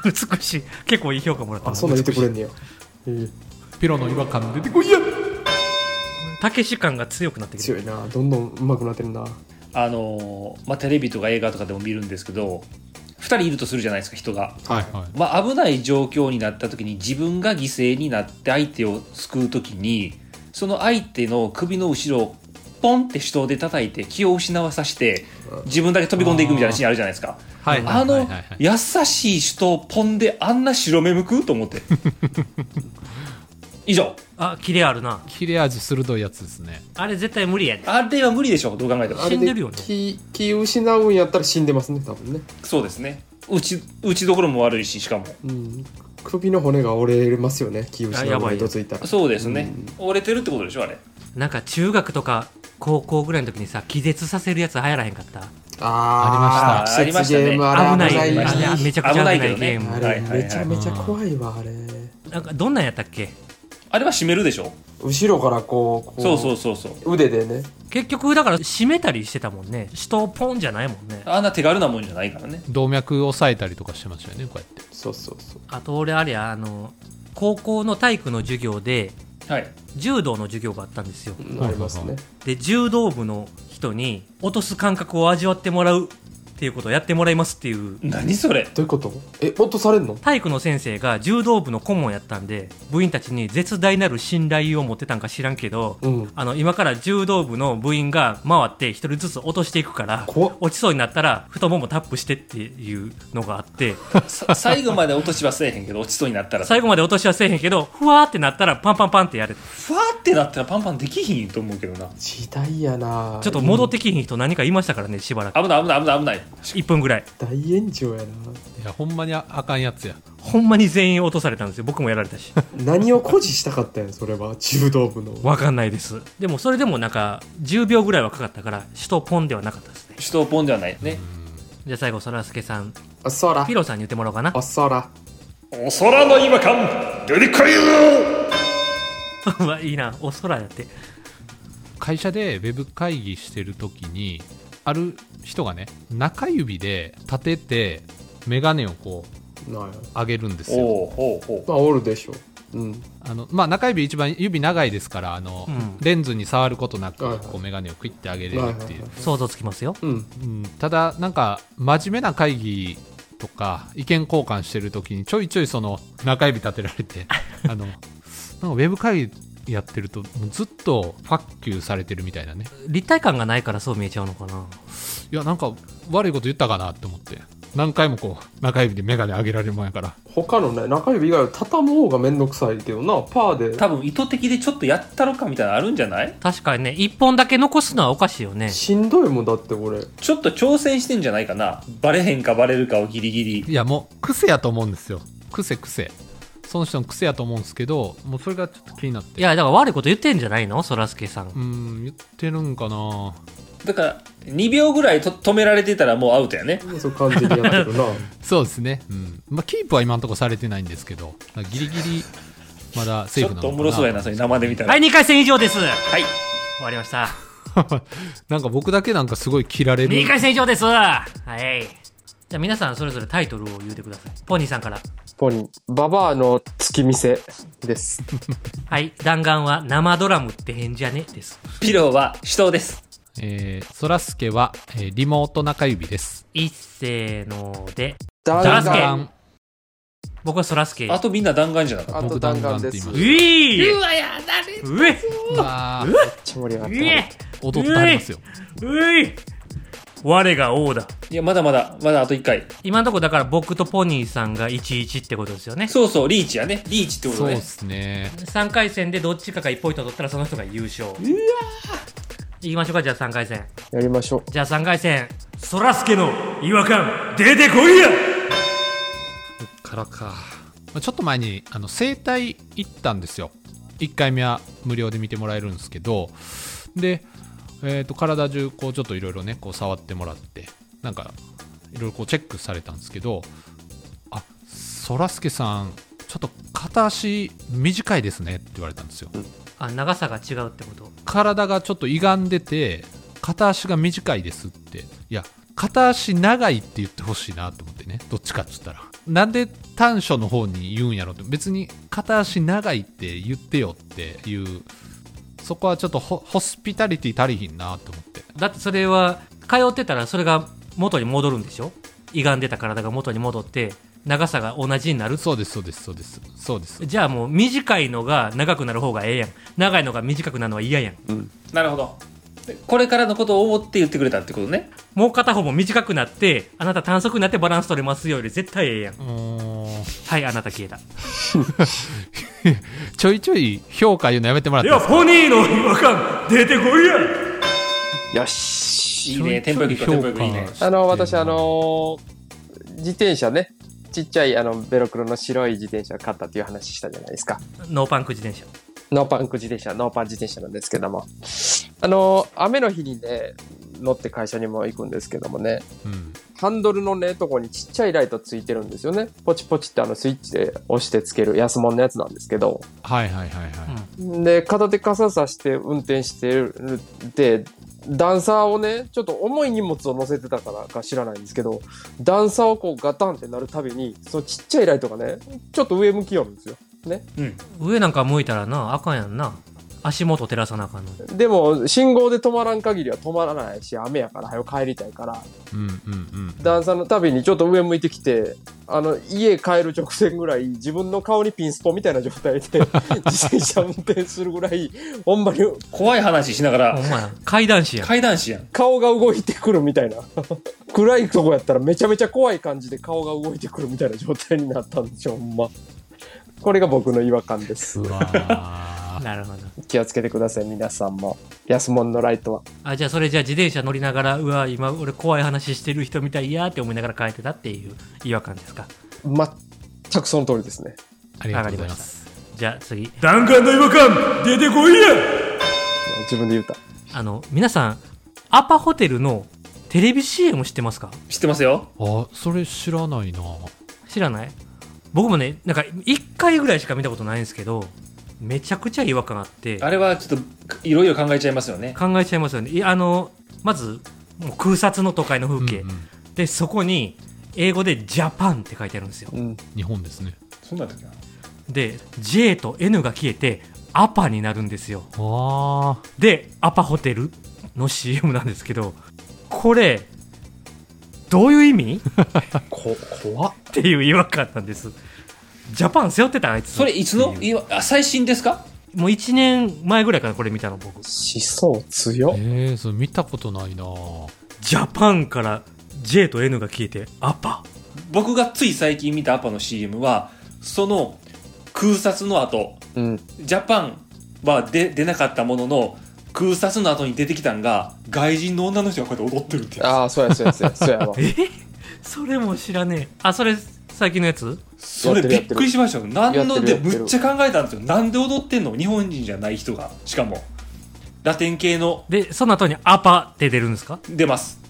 [SPEAKER 4] 美しい結構いい評価もらった
[SPEAKER 3] あそんなん言ってくれん
[SPEAKER 4] 美しい
[SPEAKER 3] ねやえ
[SPEAKER 2] ピロの違和感出てこいや
[SPEAKER 4] たけし感が強くなって
[SPEAKER 3] え
[SPEAKER 4] きて
[SPEAKER 3] 強いなどんどん上手くなってるな
[SPEAKER 1] あのーまあ、テレビとか映画とかでも見るんですけど2人いるとするじゃないですか人が、
[SPEAKER 2] はいはい
[SPEAKER 1] まあ、危ない状況になった時に自分が犠牲になって相手を救う時にその相手の首の後ろをポンって手刀で叩いて気を失わさせて自分だけ飛び込んでいくみたいなシーンあるじゃないですか
[SPEAKER 2] はいはい
[SPEAKER 1] あ
[SPEAKER 2] はい
[SPEAKER 1] の
[SPEAKER 2] はいはい
[SPEAKER 1] 優しい人をポンであんな白目向くと思って 以上
[SPEAKER 4] あキレあるな
[SPEAKER 2] 切れ味鋭いやつですね
[SPEAKER 4] あれ絶対無理やで
[SPEAKER 1] あれは無理でしょうどう考えても
[SPEAKER 3] あれ
[SPEAKER 4] 死んでるよね
[SPEAKER 3] 気気失うんやったら死んでますね多分ね、
[SPEAKER 1] そうですね打ち打ちどころも悪いししかも
[SPEAKER 3] うん、首の骨が折れますよね気失
[SPEAKER 4] あ
[SPEAKER 3] う
[SPEAKER 4] や
[SPEAKER 3] の
[SPEAKER 4] ばい
[SPEAKER 3] にどついたら
[SPEAKER 1] そうですね、折れてるってことでしょあれ
[SPEAKER 4] なんか中学とか高校ぐらいの時にさ気絶させるやつ流行らへんかった
[SPEAKER 3] あー
[SPEAKER 1] ありました
[SPEAKER 3] 季節ゲームあれ
[SPEAKER 4] 危
[SPEAKER 3] 危
[SPEAKER 4] な
[SPEAKER 3] ない
[SPEAKER 4] い
[SPEAKER 1] 危
[SPEAKER 4] あ
[SPEAKER 1] な
[SPEAKER 4] れ
[SPEAKER 1] い
[SPEAKER 4] あめちゃくちゃ危ない
[SPEAKER 1] 危ないけ
[SPEAKER 4] ゲ
[SPEAKER 1] どね
[SPEAKER 4] ーム
[SPEAKER 3] あ
[SPEAKER 1] はいはい
[SPEAKER 3] れ
[SPEAKER 1] はい
[SPEAKER 3] めちゃめちゃ怖いわあれ
[SPEAKER 4] なんかどんなんやったっけ
[SPEAKER 1] あれは締めるでしょ
[SPEAKER 3] 後ろからこうこ
[SPEAKER 1] そうそうそうそう
[SPEAKER 3] 腕でね
[SPEAKER 4] 結局だから締めたりしてたもんね人をポンじゃないもんね
[SPEAKER 1] あんな手軽なもんじゃないからね
[SPEAKER 2] 動脈を押さえたりとかしてましたよねこうやって
[SPEAKER 3] そうそうそう
[SPEAKER 4] あと俺あれやあの高校の体育の授業で
[SPEAKER 1] はい
[SPEAKER 4] 柔道の授業があったんですよ
[SPEAKER 3] うんありますね
[SPEAKER 4] で柔道部の人に落とす感覚を味わってもらうっていうことをやってもらいますっていう
[SPEAKER 1] 何それ
[SPEAKER 3] どういうことえ落とされんの
[SPEAKER 4] 体育の先生が柔道部の顧問やったんで部員たちに絶大なる信頼を持ってたんか知らんけど、
[SPEAKER 3] うん
[SPEAKER 4] あの今から柔道部の部員が回って一人ずつ落としていくから
[SPEAKER 3] 怖っ
[SPEAKER 4] 落ちそうになったら太ももタップしてっていうのがあって
[SPEAKER 1] さ最後まで落としはせえへんけど落ちそうになったら
[SPEAKER 4] 最後まで落としはせえへんけどふわーってなったらパンパンパンってやる
[SPEAKER 1] ふわってなったらパンパンできひんと思うけどな
[SPEAKER 3] 時代やな
[SPEAKER 4] ちょっと戻ってきひん人何かいましたからねしばらく
[SPEAKER 1] 危ない危ない危ない危ない
[SPEAKER 4] 1分ぐらい
[SPEAKER 3] 大炎上やない
[SPEAKER 2] やほんまにああかんやつや
[SPEAKER 4] ほんまに全員落とされたんですよ僕もやられたし
[SPEAKER 3] 何を誇示したかったんやそれは柔道部の
[SPEAKER 4] わかんないですでもそれでもなんか10秒ぐらいはかかったから首都ポンではなかったですね
[SPEAKER 1] 手刀ポンではないね
[SPEAKER 4] じゃあ最後そらすけさん
[SPEAKER 3] あそら
[SPEAKER 4] ピロさんに言ってもらおうかな
[SPEAKER 3] あそら
[SPEAKER 1] お空の違和感出てこいよ
[SPEAKER 4] うわいいなお空やって
[SPEAKER 2] 会社でウェブ会議してる時にある人がね中指で立てて眼鏡をこう
[SPEAKER 3] なんや
[SPEAKER 2] 上げるんですよ
[SPEAKER 1] おうほうほ
[SPEAKER 3] まあおるでしょうん
[SPEAKER 2] あの、まあ、中指一番指長いですからあの、
[SPEAKER 4] うん
[SPEAKER 2] レンズに触ることなく
[SPEAKER 3] はいはい
[SPEAKER 2] こう眼鏡をクイッて上げれるっていう、
[SPEAKER 4] 想像つきますよ
[SPEAKER 3] うん
[SPEAKER 2] うん、ただなんか真面目な会議とか意見交換してる時にちょいちょいその中指立てられてあのなんかウェブ会議やってるともうずっとファッキューされてるみたいなね
[SPEAKER 4] 立体感がないからそう見えちゃうのかない
[SPEAKER 2] やなんか悪いこと言ったかなって思って何回もこう中指で眼鏡上げられるもんやから
[SPEAKER 3] 他のね中指以外は畳む方がめんどくさいけどなパー
[SPEAKER 1] う
[SPEAKER 3] で
[SPEAKER 1] 多分意図的でちょっとやったろかみたいなのあるんじゃない
[SPEAKER 4] 確かにね1本だけ残すのはおかしいよね
[SPEAKER 3] しんどいもんだってこれ
[SPEAKER 1] ちょっと挑戦してんじゃないかなバレへんかバレるかをギリギリ
[SPEAKER 2] いやもう癖やと思うんですよ癖癖その人の癖やと思うんですけどもうそれがちょっと気になって
[SPEAKER 4] いや、だから悪いこと言ってんじゃないのそらすけさん。
[SPEAKER 2] うん言ってるんかな
[SPEAKER 1] だから2秒ぐらいと止められてたらもうアウトやね
[SPEAKER 3] そう完全にやってるな
[SPEAKER 2] そうですね、うんまあ、キープは今のところされてないんですけどだからギリギリまだセ
[SPEAKER 1] ち
[SPEAKER 2] ーフなのか
[SPEAKER 1] ょっ
[SPEAKER 2] な
[SPEAKER 1] とおもろそうやなそれ生で見たら
[SPEAKER 4] はい、2回戦以上です。終
[SPEAKER 1] はい
[SPEAKER 4] わりました。
[SPEAKER 2] なんか僕だけなんかすごい切られる
[SPEAKER 4] 2回戦以上です。はい。じゃあ皆さんそれぞれタイトルを言うてください。ポニーさんから。
[SPEAKER 3] ポニーババアの月見せです
[SPEAKER 4] はい、弾丸は生ドラムって変じゃねです。
[SPEAKER 1] ピローは死闘です
[SPEAKER 2] えー、そらすけは、えーリモート中指です
[SPEAKER 4] いっせーので。
[SPEAKER 3] ダ
[SPEAKER 4] ラスケ
[SPEAKER 2] 弾
[SPEAKER 4] 僕はそらすけ。
[SPEAKER 1] あとみんな弾丸じゃなかっ
[SPEAKER 3] あと弾丸です
[SPEAKER 2] 僕弾丸って言
[SPEAKER 4] うい
[SPEAKER 2] いまし
[SPEAKER 3] めっ
[SPEAKER 4] ーうわやだれうえ
[SPEAKER 2] あー
[SPEAKER 3] ちゃ盛り上がっ
[SPEAKER 4] う
[SPEAKER 3] た
[SPEAKER 4] え
[SPEAKER 2] 踊ってはりますよ
[SPEAKER 4] うい我が王だ。
[SPEAKER 1] たいやまだまだまだあと1回
[SPEAKER 4] 今のところだから僕とポニーさんが11ってことですよね。
[SPEAKER 1] そうそうリーチやねリーチってこと
[SPEAKER 2] そう
[SPEAKER 1] ね
[SPEAKER 2] ですね
[SPEAKER 4] 3回戦でどっちかが1ポイント取ったらその人が優勝。うわいきましょうか、じゃあ3回戦。
[SPEAKER 3] やりましょう
[SPEAKER 4] じゃあ3回戦。そらすけの違和感、出てこいや
[SPEAKER 2] からかまあちょっと前にあの整体行ったんですよ1回目は無料で見てもらえるんですけどで、えー、と体中こうちょっといろいろねこう触ってもらってなんかいろいろこうチェックされたんですけどあそらすけさんちょっと片足短いですねって言われたんですよ
[SPEAKER 4] あ、長さが違うってこと。
[SPEAKER 2] 体がちょっと歪んでて片足が短いですっていや片足長いって言ってほしいなと思ってねどっちかっつったらなんで短所の方に言うんやろって別に片足長いって言ってよっていうそこはちょっとホホスピタリティ足りひんなと思って
[SPEAKER 4] だってそれは通ってたらそれが元に戻るんでしょ歪んでた体が元に戻って長さが同じになる
[SPEAKER 2] そうですそうですそうですそうです
[SPEAKER 4] じゃあもう短いのが長くなる方がええやん長いのが短くなるのは嫌やん
[SPEAKER 1] なるほどでこれからのことを思って言ってくれたってことね
[SPEAKER 4] もう片方も短くなってあなた短足になってバランス取れますよより絶対ええやん
[SPEAKER 2] うーん
[SPEAKER 4] はいあなた消えた
[SPEAKER 2] ちょいちょい評価言うのやめてもらって
[SPEAKER 4] ではポニーの違和感出てこいや
[SPEAKER 3] よし
[SPEAKER 1] いいねテンポよくいこうテンポよくいいね
[SPEAKER 3] あの私あ
[SPEAKER 2] の
[SPEAKER 3] の自転車ねちっちゃいあのベロクロの白い自転車買ったっていう話したじゃないですか
[SPEAKER 4] ノーパンク自転車
[SPEAKER 3] ノーパンク自転車、ノーパン自転車なんですけども。あの、雨の日にね、乗って会社にも行くんですけどもね、
[SPEAKER 2] うん
[SPEAKER 3] ハンドルのね、とこにちっちゃいライトついてるんですよね。ポチポチってあのスイッチで押してつける安物のやつなんですけど。
[SPEAKER 2] はいはいはいはい、
[SPEAKER 3] で、片手傘さして運転してるで、段差をね、ちょっと重い荷物を乗せてたからか知らないんですけど、段差をこうガタンってなるたびに、そのちっちゃいライトがね、ちょっと上向きよるんですよ。ね。
[SPEAKER 1] うん
[SPEAKER 4] 上なんか向いたらなあかんやんな足元照らさなあかんのに
[SPEAKER 3] でも、信号で止まらん限りは止まらないし、雨やから早く帰りたいから、
[SPEAKER 2] うんうんうん
[SPEAKER 3] 段差のたびにちょっと上向いてきて、あの、家帰る直前ぐらい、自分の顔にピンスポみたいな状態で、自転車運転するぐらい、ほんまに
[SPEAKER 1] 怖い話しなが
[SPEAKER 4] お
[SPEAKER 1] ら
[SPEAKER 4] 前階段師やん
[SPEAKER 1] 怪談師やん
[SPEAKER 3] 顔が動いてくるみたいな。 暗いとこやったらめちゃめちゃ怖い感じで顔が動いてくるみたいな状態になったんですよ、ほんま。これが僕の違和感です
[SPEAKER 2] う。わー
[SPEAKER 4] なるほど
[SPEAKER 3] 気をつけてください、皆さんも。安物のライトは。
[SPEAKER 4] あじゃあそれじゃあ自転車乗りながらうわ今俺怖い話してる人みたいやーって思いながら帰ってたっていう違和感ですか
[SPEAKER 3] 全くその通りですね。
[SPEAKER 2] あり
[SPEAKER 4] わ
[SPEAKER 2] が
[SPEAKER 4] か
[SPEAKER 2] とうご
[SPEAKER 4] り
[SPEAKER 2] ざ
[SPEAKER 4] ま
[SPEAKER 2] いま
[SPEAKER 4] し
[SPEAKER 2] す
[SPEAKER 4] たじゃあ次弾丸の違和感出てこいや
[SPEAKER 3] 自分で言うた。
[SPEAKER 4] あの皆さんアパホテルのテレビ CM 知ってますか
[SPEAKER 1] 知ってますよ
[SPEAKER 2] あそれ知らないな
[SPEAKER 4] 知らない僕もねなんか1回ぐらいしか見たことないんですけどめちゃくちゃ違和感あって
[SPEAKER 1] あれはちょっといろいろ考えちゃいますよね
[SPEAKER 4] 考えちゃいますよねいやあのまずもう空撮の都会の風景、
[SPEAKER 2] うんうん
[SPEAKER 4] でそこに英語で「ジャパン」って書いてあるんですよ
[SPEAKER 3] うん。
[SPEAKER 2] 日本ですね
[SPEAKER 1] そんなんだっけな
[SPEAKER 4] で J と N が消えてアパになるんですよ
[SPEAKER 2] あ
[SPEAKER 4] でアパホテルの CM なんですけどこれどういう意味
[SPEAKER 3] こ、怖っ。
[SPEAKER 4] っていう違和感なんですジャパン背負ってたあいつ
[SPEAKER 1] それいつの
[SPEAKER 4] っていう
[SPEAKER 1] いわあ最新ですか
[SPEAKER 4] もう1年前ぐらいからこれ見たの僕
[SPEAKER 3] 思想強っ
[SPEAKER 2] あええそれ見たことないな
[SPEAKER 4] ジャパンから J と N が消えてアパ
[SPEAKER 1] 僕がつい最近見たアパの CM はその空撮の後
[SPEAKER 3] うん。
[SPEAKER 1] ジャパンは出出なかったものの空撮の後に出てきたんが外人の女の人がこうやって踊ってるってやつ
[SPEAKER 3] ああ、そうや、そうや、そうや、そうやわ。
[SPEAKER 4] えそれも知らねえあそれ最近のやつ
[SPEAKER 1] そ
[SPEAKER 3] や
[SPEAKER 1] れ
[SPEAKER 3] ってる
[SPEAKER 1] び
[SPEAKER 3] やって
[SPEAKER 1] っ
[SPEAKER 3] る
[SPEAKER 1] くりしましたよなんの
[SPEAKER 3] や
[SPEAKER 1] で
[SPEAKER 3] ってるやってる
[SPEAKER 1] むっちゃ考えたんですよなんで踊ってんの日本人じゃない人がしかもラテン系の
[SPEAKER 4] でその後に「アパ」って出るんですか
[SPEAKER 1] 出ます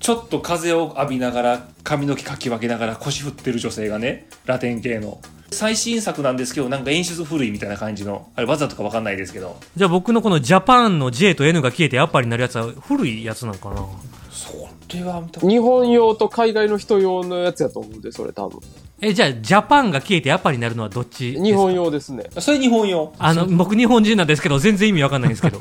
[SPEAKER 1] ちょっと風を浴びながら髪の毛かき分けながら腰振ってる女性がねラテン系の最新作なんですけどなんか演出古いみたいな感じのあれわざとか分かんないですけど
[SPEAKER 4] じゃあ僕のこのジャパンの J と N が消えてアパになるやつは古いやつなんかな
[SPEAKER 1] それは見た
[SPEAKER 3] 日本用と海外の人用のやつやと思うんで、それ多分。
[SPEAKER 4] えじゃあジャパンが消えてアパになるのはどっちですか
[SPEAKER 3] 日本用ですね。
[SPEAKER 1] それ日本用
[SPEAKER 4] あの僕日本人なんですけど全然意味わかんないんです けど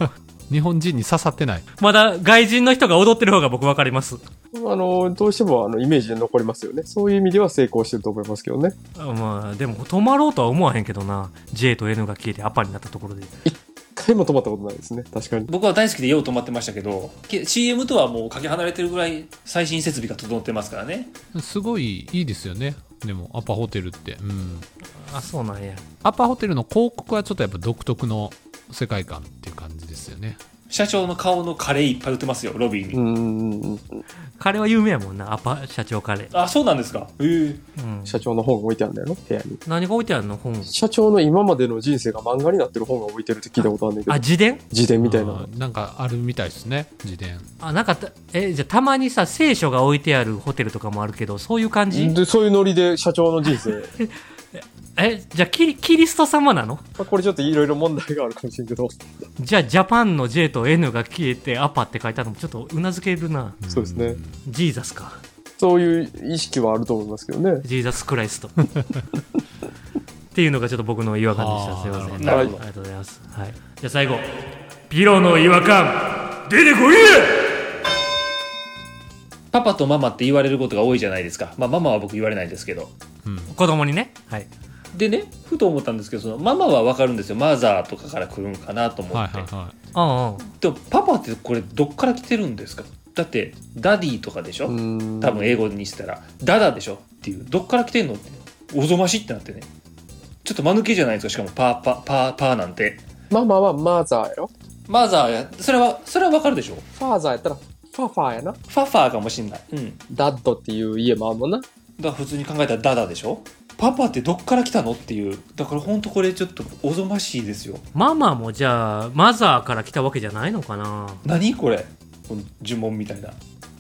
[SPEAKER 2] 日本人に刺さってない
[SPEAKER 4] まだ外人の人が踊ってる方が僕わかります
[SPEAKER 3] あの、どうしてもあのイメージで残りますよね。そういう意味では成功してると思いますけどね。
[SPEAKER 4] あまあでも止まろうとは思わへんけどな J と N が消えてアパになったところで
[SPEAKER 3] 一回も止まったことないですね。確かに。
[SPEAKER 1] 僕は大好きでよう止まってましたけどけ CM とはもうかけ離れてるぐらい最新設備が整ってますからね
[SPEAKER 2] すごいいいですよねでもアパホテルってうん
[SPEAKER 4] あそうなんや
[SPEAKER 2] アパホテルの広告はちょっとやっぱ独特の世界観っていう感じですよね
[SPEAKER 1] 社長の顔のカレーいっぱい売ってますよロビーに、
[SPEAKER 3] うんうんうん。
[SPEAKER 4] カレーは有名やもんなアパ社長カレー、
[SPEAKER 1] あそうなんですかへえ
[SPEAKER 4] うん、
[SPEAKER 3] 社長の本が置いてあるんだよな、部屋に。
[SPEAKER 4] 何が置いてあるの本
[SPEAKER 3] 社長の今までの人生が漫画になってる本が置いてるって聞いたことあるんだけ
[SPEAKER 4] あ
[SPEAKER 3] ど、
[SPEAKER 4] 自伝
[SPEAKER 3] 自伝みたいな
[SPEAKER 2] あ。ーなんかあるみたいですね自伝
[SPEAKER 4] あなんかたえじゃあたまにさ聖書が置いてあるホテルとかもあるけどそういう感じ
[SPEAKER 3] で、そういうノリで社長の人 生。
[SPEAKER 4] えじゃあキリキリスト様なの
[SPEAKER 3] まあこれちょっといろいろ問題があるかもしれんけど、
[SPEAKER 4] じゃあジャパンの J と N が消えてアパって書いてあるのもちょっとうなずけるな
[SPEAKER 3] そうですね
[SPEAKER 2] ん
[SPEAKER 4] ジーザスか
[SPEAKER 3] そういう意識はあると思いますけどね。
[SPEAKER 4] ジーザスクライスト っていうのがちょっと僕の違和感でしたすいません
[SPEAKER 1] な
[SPEAKER 4] あ
[SPEAKER 1] る
[SPEAKER 4] り
[SPEAKER 1] ほど
[SPEAKER 4] がとうございます、はい、じゃあ最後ピロの違和感出てこいや
[SPEAKER 1] パパとママって言われることが多いじゃないですかまあママは僕言われないですけど
[SPEAKER 2] うん
[SPEAKER 4] 子供にねはい
[SPEAKER 1] でねふと思ったんですけどそのママは分かるんですよマザーとかから来るんかなと思って、
[SPEAKER 2] はいはいは
[SPEAKER 4] うんうん
[SPEAKER 1] でもパパってこれどっから来てるんですかだってダディとかでしょ、
[SPEAKER 3] うん
[SPEAKER 1] 多分英語にしたらダダでしょっていうどっから来てんのっておぞましってなってねちょっと間抜けじゃないですかしかもパーパーパーパーなんて
[SPEAKER 3] ママはマザーやろ
[SPEAKER 1] マザーやそれはそれは分かるでしょ
[SPEAKER 3] ファーザーやったらファファーやな。
[SPEAKER 1] ファファーかもしんないうんだか
[SPEAKER 3] ダッドっていう家もあるもんな。
[SPEAKER 1] ら普通に考えたらダダでしょパパってどっから来たのっていうだからほんとこれちょっとおぞましいですよ
[SPEAKER 4] ママもじゃあマザーから来たわけじゃないのかな
[SPEAKER 1] 何これこの呪文みたいな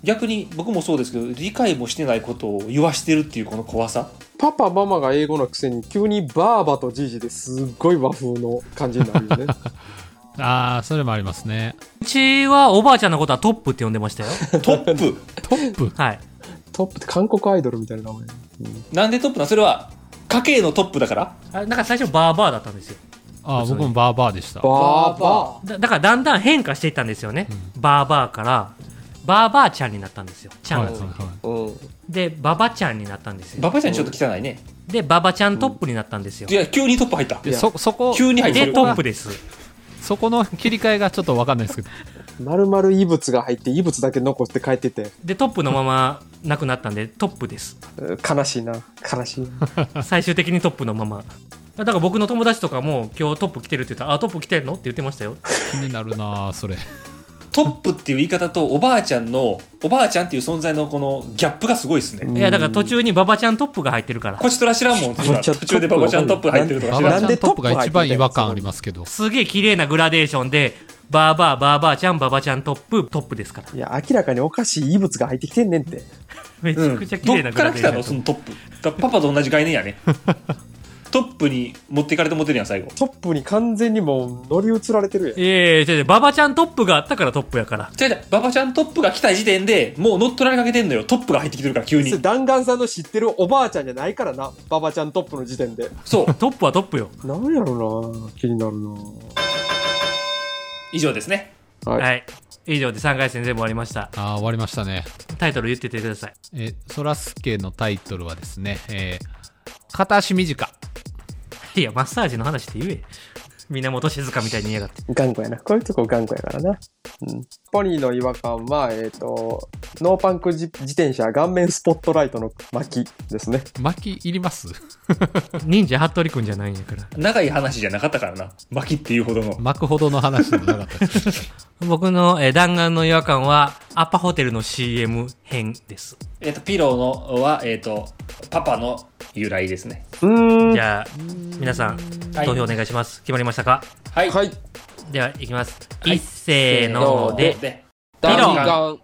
[SPEAKER 1] 逆に僕もそうですけど理解もしてないことを言わしてるっていうこの怖さ
[SPEAKER 3] パパママが英語のくせに急にバーバとジージですっごい和風の感じになる よね。
[SPEAKER 2] いああそれもありますね
[SPEAKER 4] うちはおばあちゃんのことはトップって呼んでましたよ
[SPEAKER 1] トップ
[SPEAKER 2] トップ
[SPEAKER 4] はい
[SPEAKER 3] トップって韓国アイドルみたいな名前。
[SPEAKER 1] なんでトップなのそれは家計のトップだから
[SPEAKER 4] あなんか最初バーバーだったんですよ
[SPEAKER 2] あー僕もバーバーでした
[SPEAKER 3] バーバ
[SPEAKER 4] だだからだんだん変化していったんですよね、バーバーからバーバーちゃんになったんですよちゃん
[SPEAKER 2] は
[SPEAKER 4] が
[SPEAKER 2] い
[SPEAKER 4] つい
[SPEAKER 2] はい
[SPEAKER 4] て、
[SPEAKER 2] はい
[SPEAKER 3] ー。うん。
[SPEAKER 4] でババちゃんになったんですよ
[SPEAKER 1] ババちゃんちょっと汚いね
[SPEAKER 4] でババちゃんトップになったんですよ、
[SPEAKER 1] いや急にトップ入った
[SPEAKER 2] で
[SPEAKER 3] いや
[SPEAKER 2] そそこ
[SPEAKER 1] 急に入って
[SPEAKER 4] で
[SPEAKER 1] る
[SPEAKER 4] トップです
[SPEAKER 2] そこの切り替えがちょっと分かんないですけど
[SPEAKER 3] まるまる異物が入って異物だけ残して帰ってて、
[SPEAKER 4] でトップのまま亡くなったんでトップです
[SPEAKER 3] えー悲しいな。悲しいな。
[SPEAKER 4] 最終的にトップのままだから僕の友達とかも今日トップ来てるって言ったら「あトップ来てんの?」って言ってましたよ
[SPEAKER 2] 気になるなーそれ
[SPEAKER 1] トップっていう言い方とおばあちゃんのおばあちゃんっていう存在のこのギャップがすごいですね、
[SPEAKER 3] うん
[SPEAKER 4] いやだから途中にババちゃんトップが入ってるから
[SPEAKER 1] こちとら知らんもん
[SPEAKER 3] ババちゃん
[SPEAKER 1] 途中でババちゃんトップ入ってるとか
[SPEAKER 2] バ
[SPEAKER 1] 知
[SPEAKER 2] ーバ
[SPEAKER 1] ら
[SPEAKER 2] ーち
[SPEAKER 3] な
[SPEAKER 1] ん
[SPEAKER 3] ん
[SPEAKER 2] ゃん
[SPEAKER 3] で
[SPEAKER 2] ト
[SPEAKER 3] ト
[SPEAKER 2] ッ
[SPEAKER 3] ッ
[SPEAKER 2] プ
[SPEAKER 3] プ
[SPEAKER 2] が
[SPEAKER 3] が
[SPEAKER 2] 一
[SPEAKER 3] 一
[SPEAKER 2] 番
[SPEAKER 3] 番
[SPEAKER 2] 違
[SPEAKER 3] 違
[SPEAKER 2] 和
[SPEAKER 3] 和
[SPEAKER 2] 感
[SPEAKER 3] 感
[SPEAKER 2] あ
[SPEAKER 3] あ
[SPEAKER 2] り
[SPEAKER 3] り
[SPEAKER 2] ますけど
[SPEAKER 4] すげえ綺麗なグラデーションでバーバーバーバーちゃんババちゃんトップトップですから
[SPEAKER 3] いや、明らかにおかしい異物が入ってきてんねんって。
[SPEAKER 4] めちゃくちゃ綺麗
[SPEAKER 1] ど
[SPEAKER 4] な
[SPEAKER 1] っ
[SPEAKER 4] グ
[SPEAKER 1] か
[SPEAKER 4] ラ
[SPEAKER 1] ら
[SPEAKER 4] デーシ
[SPEAKER 1] 来た
[SPEAKER 4] ョン
[SPEAKER 1] のそのトップだパパと同じ概念 やねトップに持っていかれて持ってるやん最後
[SPEAKER 3] トップに完全にもう乗り移られてるやん。
[SPEAKER 4] ええ違う違う、ババちゃんトップがあったからトップやから。
[SPEAKER 1] 違う違う、馬場ちゃんトップが来た時点でもう乗っ取られかけてんのよ。トップが入ってきてるから、急
[SPEAKER 3] それ
[SPEAKER 1] に。
[SPEAKER 3] 弾丸さんの知ってるおばあちゃんじゃないからなババちゃんトップの時点で
[SPEAKER 1] そう、
[SPEAKER 4] トップはトップよ。
[SPEAKER 3] なんやろな気になるな
[SPEAKER 1] 以上ですね。
[SPEAKER 3] は
[SPEAKER 4] はいい。以上で3回戦全部終わりました。
[SPEAKER 2] あー終わりましたね
[SPEAKER 4] タイトル言っててください。
[SPEAKER 2] えーそらすけのタイトルはですね、えー片足短
[SPEAKER 4] いや、マッサージの話って言え。源静香みたいに言いやがって。
[SPEAKER 3] 頑固やなこういうとこ頑固やからなポニーの違和感は、えっ、と、ノーパンク自自転車顔面スポットライトの巻きですね。
[SPEAKER 2] 巻きいります
[SPEAKER 4] 忍者服部君じゃないんやから。
[SPEAKER 1] 長い話じゃなかったからな巻きっていうほどの
[SPEAKER 2] 巻くほどの話じゃなかった です。
[SPEAKER 4] 僕の、えー弾丸の違和感は、アパホテルの CM 編です。
[SPEAKER 1] えっとピローのは、えっとパパの由来ですね
[SPEAKER 3] うーん。
[SPEAKER 4] じゃあ、皆さん、
[SPEAKER 1] はい
[SPEAKER 4] 投票お願いします。決まりましたか
[SPEAKER 1] はい、
[SPEAKER 3] はい。
[SPEAKER 4] では、いきます。
[SPEAKER 1] はい
[SPEAKER 4] い、せーので、
[SPEAKER 1] ピロ
[SPEAKER 3] 弾
[SPEAKER 1] ー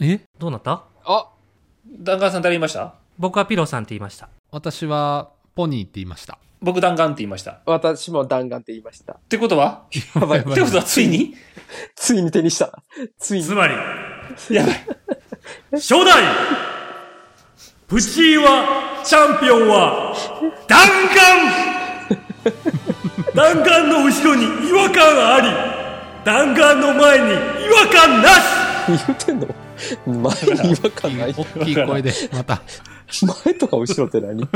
[SPEAKER 3] 丸。
[SPEAKER 2] え
[SPEAKER 4] どうなった
[SPEAKER 3] あ、
[SPEAKER 1] 弾丸さん誰言いました
[SPEAKER 4] 僕はピローさんって言いました。
[SPEAKER 2] 私はポニーって言いました。
[SPEAKER 1] 僕弾丸って言いましたっ
[SPEAKER 3] 私も弾丸って言いました。
[SPEAKER 1] てことは
[SPEAKER 2] やばいや
[SPEAKER 1] ってことはついに
[SPEAKER 3] ついに手にした。ついに。
[SPEAKER 4] まり、
[SPEAKER 1] やばい
[SPEAKER 4] 初代、プチーは、チャンピオンは、弾丸弾丸の後ろに違和感あり、弾丸の前に違和感なし
[SPEAKER 3] 言うてんの前に違和感ない。
[SPEAKER 2] 大きい声で、また。
[SPEAKER 3] 前とか後ろって何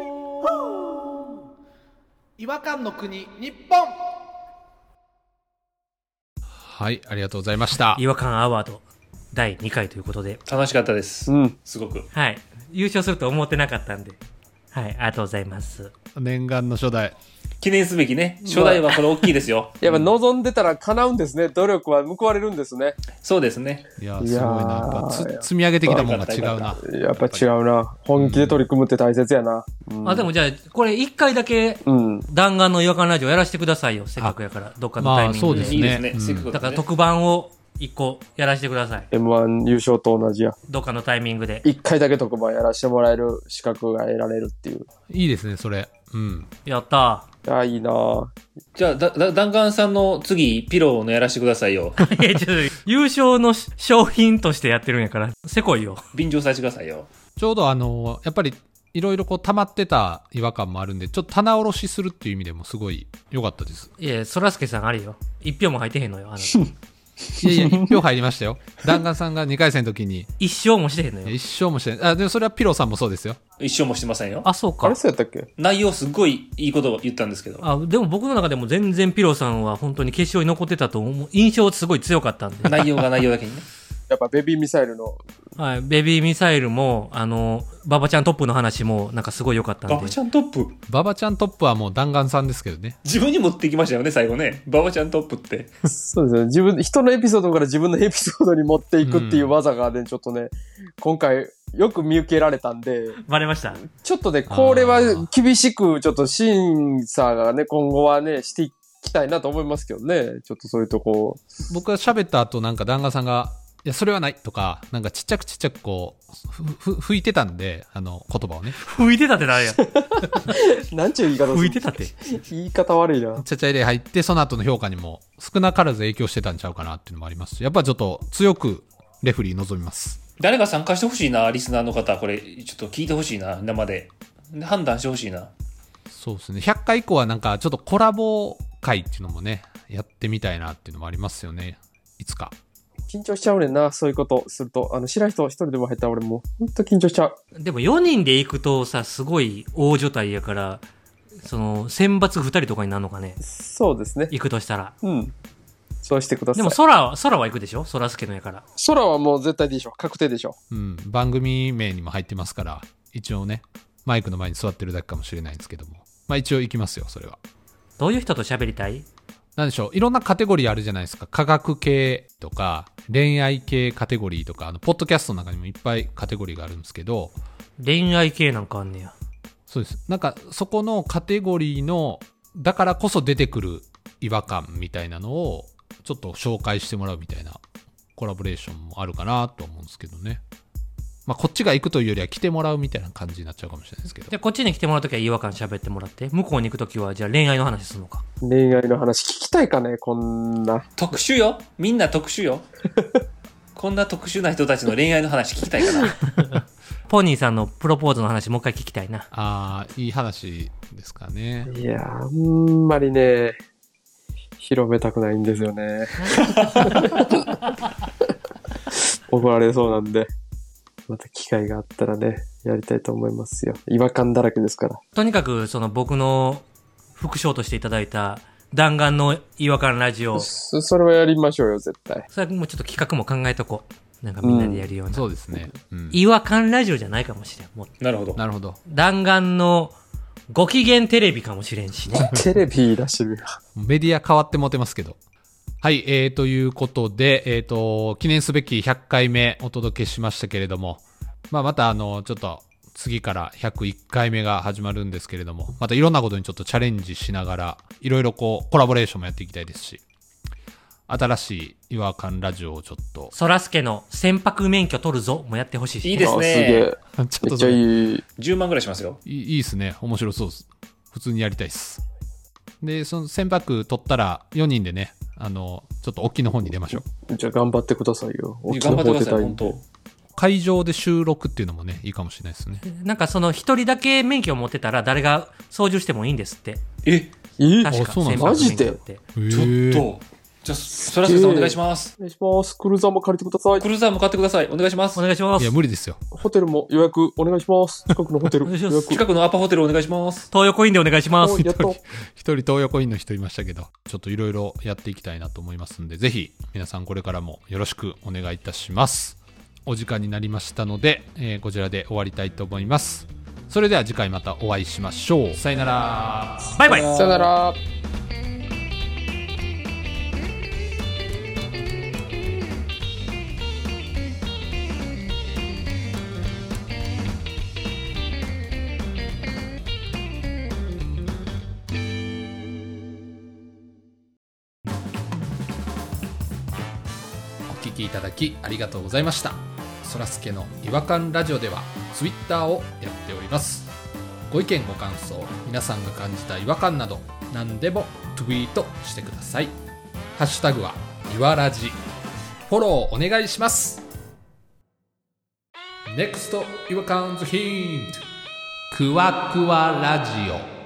[SPEAKER 5] Home.
[SPEAKER 6] 違和感の国日本
[SPEAKER 2] はい、ありがとうございました。
[SPEAKER 4] 違和感アワード第2回ということで、
[SPEAKER 1] 楽しかったです、
[SPEAKER 3] うん。
[SPEAKER 1] すごく
[SPEAKER 4] はい。優勝すると思ってなかったんで、はい、ありがとうございます。
[SPEAKER 2] 念願の初代。
[SPEAKER 1] 記念すべきね初代はこれ大きいですよ、
[SPEAKER 3] やっぱ望んでたら叶うんですね。努力は報われるんですね。
[SPEAKER 1] そうですね
[SPEAKER 2] いや、
[SPEAKER 3] い
[SPEAKER 2] す
[SPEAKER 3] やー
[SPEAKER 2] ごいな。やっぱつ積み上げてきたもんが違うな。
[SPEAKER 3] やっぱ違うな。本気で取り組むって大切やな。うん
[SPEAKER 4] あ、でもじゃあ、これ1回だけ
[SPEAKER 3] うん。
[SPEAKER 4] 弾丸の違和感ラジオやらせてくださいよ。せっかくやから、どっかのタイミングで。
[SPEAKER 2] まあそうですね
[SPEAKER 1] いいですね、
[SPEAKER 2] うん
[SPEAKER 1] せっかく
[SPEAKER 4] だから
[SPEAKER 1] ね
[SPEAKER 4] 特番を1個やらせてください。
[SPEAKER 3] M1 優勝と同じや。
[SPEAKER 4] どっかのタイミングで。
[SPEAKER 3] 一回だけ特番やらしてもらえる資格が得られるっていう。
[SPEAKER 2] いいですね、それ。うん。
[SPEAKER 4] やった
[SPEAKER 3] あ、いいなぁ。
[SPEAKER 1] じゃあ、だ、だ、弾丸さんの次、ピローのやらしてくださ いよ。
[SPEAKER 4] ー。 いや、ちょっと、優勝のし商品としてやってるんやから、せこいよ。
[SPEAKER 1] 便乗させてくださいよ。
[SPEAKER 2] ちょうどあの、やっぱり、いろいろこう溜まってた違和感もあるんで、ちょっと棚卸しするっていう意味でもすごい良かったです。
[SPEAKER 4] いや、そらすけさんあれよ。1票も入ってへんのよ。あの
[SPEAKER 2] いやいや、1票入りましたよ。弾丸さんが2回戦の時に、
[SPEAKER 4] 一生もしてへんのよ。
[SPEAKER 2] 一生もしてない。あ、でもそれはピローさんもそうですよ。
[SPEAKER 1] 一生もしてませんよ。
[SPEAKER 4] あ、そう
[SPEAKER 3] あ
[SPEAKER 4] か
[SPEAKER 3] れ。そうやったっけ
[SPEAKER 1] 内容すっごいいいことを言ったんですけど。
[SPEAKER 4] あでも僕の中でも全然ピローさんは本当に決勝に残ってたと思う印象すごい強かったんで、
[SPEAKER 1] 内容が内容だけにね。
[SPEAKER 3] やっぱベビーミサイルの。
[SPEAKER 4] はい、ベビーミサイルもあのババちゃんトップの話もなんかすごい良かったんで
[SPEAKER 1] ババちゃんトップ。
[SPEAKER 2] ババちゃんトップはもう弾丸さんですけどね。
[SPEAKER 1] 自分に持ってきましたよね、最後ね。ババちゃんトップって。
[SPEAKER 3] そうですね。自分、人のエピソードから自分のエピソードに持っていくっていううん技がね、ちょっとね、今回よく見受けられたんで、
[SPEAKER 4] バレました
[SPEAKER 3] ちょっとね、これは厳しく、ちょっと審査がね、今後はね、していきたいなと思いますけどね。ちょっとそういうとこ。
[SPEAKER 2] 僕が喋った後なんか旦那さんが「いやそれはない」とかなんかちっちゃくちっちゃくこうふふ拭いてたんであの言葉をね
[SPEAKER 4] 吹いてたってなんや
[SPEAKER 3] なんちゅう言い方す
[SPEAKER 4] 吹い
[SPEAKER 3] る
[SPEAKER 4] てたって
[SPEAKER 3] 言い方悪いな。
[SPEAKER 2] ちゃちゃ入れ入ってその後の評価にも少なからず影響してたんちゃうかなっていうのもありますしやっぱちょっと強くレフェリー望みます
[SPEAKER 1] 誰が参加してほしいな、リスナーの方。これ、ちょっと聞いてほしいな、生で。で判断してほしいな。
[SPEAKER 2] そうですね100回以降はなんかちょっとコラボ会っていうのもねやってみたいなっていうのもありますよねいつか
[SPEAKER 3] 緊張しちゃうねんな、そういうことすると。あの、知らん人一人でも入ったら俺もう、ほんと緊張しちゃう。
[SPEAKER 4] でも4人で行くとさすごい大所帯やからその選抜2人とかになるのかね
[SPEAKER 3] そうですね。
[SPEAKER 4] 行くとしたら
[SPEAKER 3] うん。そうしてくださ
[SPEAKER 4] で
[SPEAKER 3] い。
[SPEAKER 4] も空は空は行くでしょ空助のやから
[SPEAKER 3] 空はもう絶対でしょ。確定でしょ。
[SPEAKER 2] うん番組名にも入ってますから一応ねマイクの前に座ってるだけかもしれないんですけどもまあ一応行きますよそれは
[SPEAKER 4] どういう人と喋りたい
[SPEAKER 2] なんでしょういろんなカテゴリーあるじゃないですか科学系とか恋愛系カテゴリーとかあのポッドキャストの中にもいっぱいカテゴリーがあるんですけど
[SPEAKER 4] 恋愛系なんかあんねや
[SPEAKER 2] そうですなんかそこのカテゴリーのだからこそ出てくる違和感みたいなのをちょっと紹介してもらうみたいなコラボレーションもあるかなと思うんですけどねまあこっちが行くというよりは来てもらうみたいな感じになっちゃうかもしれないですけど
[SPEAKER 4] じゃあこっちに来てもらうときは違和感喋ってもらって向こうに行くときはじゃあ恋愛の話するのか
[SPEAKER 3] 恋愛の話聞きたいかね、こんな。
[SPEAKER 1] 特殊よ。みん な特殊よ。こんな特殊な人たちの恋愛の話聞きたいかな。
[SPEAKER 4] ポニーさんのプロポーズの話もう一回聞きたいな。
[SPEAKER 2] ああ、いい話ですかね。
[SPEAKER 3] いやー、あんまりね、広めたくないんですよ ね。怒られそうなんで、また機会があったらね、やりたいと思いますよ。違和感だらけですから。
[SPEAKER 4] とにかく、その僕の副賞としていただいた弾丸の違和感ラジオ。そ
[SPEAKER 3] そそれはやりましょうよ、絶対。
[SPEAKER 4] れはもうちょっと企画も考えとこう。なんかみんなでやるような。
[SPEAKER 2] そうですね。うん、
[SPEAKER 4] 違和感ラジオじゃないかもしれん。もう
[SPEAKER 1] なるほど。
[SPEAKER 2] なるほど。
[SPEAKER 4] 弾丸のご機嫌テレビかもしれんしね。
[SPEAKER 3] テレビ出してるよ。
[SPEAKER 2] メディア変わってもてますけど。はい、えー、ということで、えっ、と、記念すべき100回目お届けしましたけれども、まあ、またあの、ちょっと、次から101回目が始まるんですけれども、またいろんなことにちょっとチャレンジしながら、いろいろこう、コラボレーションもやっていきたいですし、新しい違和感ラジオをちょっと、
[SPEAKER 4] そらすけの船舶免許取るぞもやってほしいしね。
[SPEAKER 1] いいです
[SPEAKER 3] あすげ
[SPEAKER 1] ね
[SPEAKER 3] え。
[SPEAKER 2] ちょっと
[SPEAKER 3] めっちゃ
[SPEAKER 2] い
[SPEAKER 3] いい。
[SPEAKER 1] 10万ぐらいしますよ。
[SPEAKER 2] いいいですね。面白そうです。普通にやりたいです。で、その船舶取ったら4人でね、あの、ちょっと沖の方に出ましょう。
[SPEAKER 3] じゃあ頑張ってくださいよ。沖
[SPEAKER 1] 頑
[SPEAKER 3] の
[SPEAKER 1] 張って
[SPEAKER 3] 方出
[SPEAKER 1] くださ
[SPEAKER 3] た
[SPEAKER 1] い、
[SPEAKER 3] い
[SPEAKER 1] 本
[SPEAKER 3] んで。
[SPEAKER 1] 当。
[SPEAKER 2] 会場で収録っていうのもね、いいかもしれないですね。
[SPEAKER 4] なんかその一人だけ免許を持ってたら誰が操縦してもいいんですって。
[SPEAKER 1] え、
[SPEAKER 3] え
[SPEAKER 4] 確か
[SPEAKER 2] そうなんだ
[SPEAKER 3] マジで
[SPEAKER 4] 船舶免許って
[SPEAKER 1] ちょっ
[SPEAKER 2] へー。
[SPEAKER 1] と。じゃあ、そらすけさんお願いします。
[SPEAKER 3] お願いします。クルーザーも借りてください
[SPEAKER 1] ク。ルーザー向かってください。お願いします
[SPEAKER 4] お。願いしま
[SPEAKER 2] い
[SPEAKER 4] す
[SPEAKER 2] や、。無理ですよ。
[SPEAKER 3] ホテルも予約お願いします。近くのホテル
[SPEAKER 4] お
[SPEAKER 3] 予
[SPEAKER 4] 願いします
[SPEAKER 3] 約。
[SPEAKER 1] 近くのアパホテルお願いします。
[SPEAKER 4] 東横インでお願いします
[SPEAKER 3] お。やっと。
[SPEAKER 2] 一人東横インの人いましたけど、ちょっといろいろやっていきたいなと思いますんで、ぜひ皆さんこれからもよろしくお願いいたします。お時間になりましたので、えーこちらで終わりたいと思います。それでは次回またお会いしましょう。さよなら。
[SPEAKER 4] バイバイ。
[SPEAKER 3] さよなら。
[SPEAKER 2] お聞きいただきありがとうございましたそらすけの違和感ラジオではツイッターをやっておりますご意見ご感想皆さんが感じた違和感など何でもツイートしてくださいハッシュタグはいわらじフォローお願いします NEXT 違和感ズヒントくわくわラジオ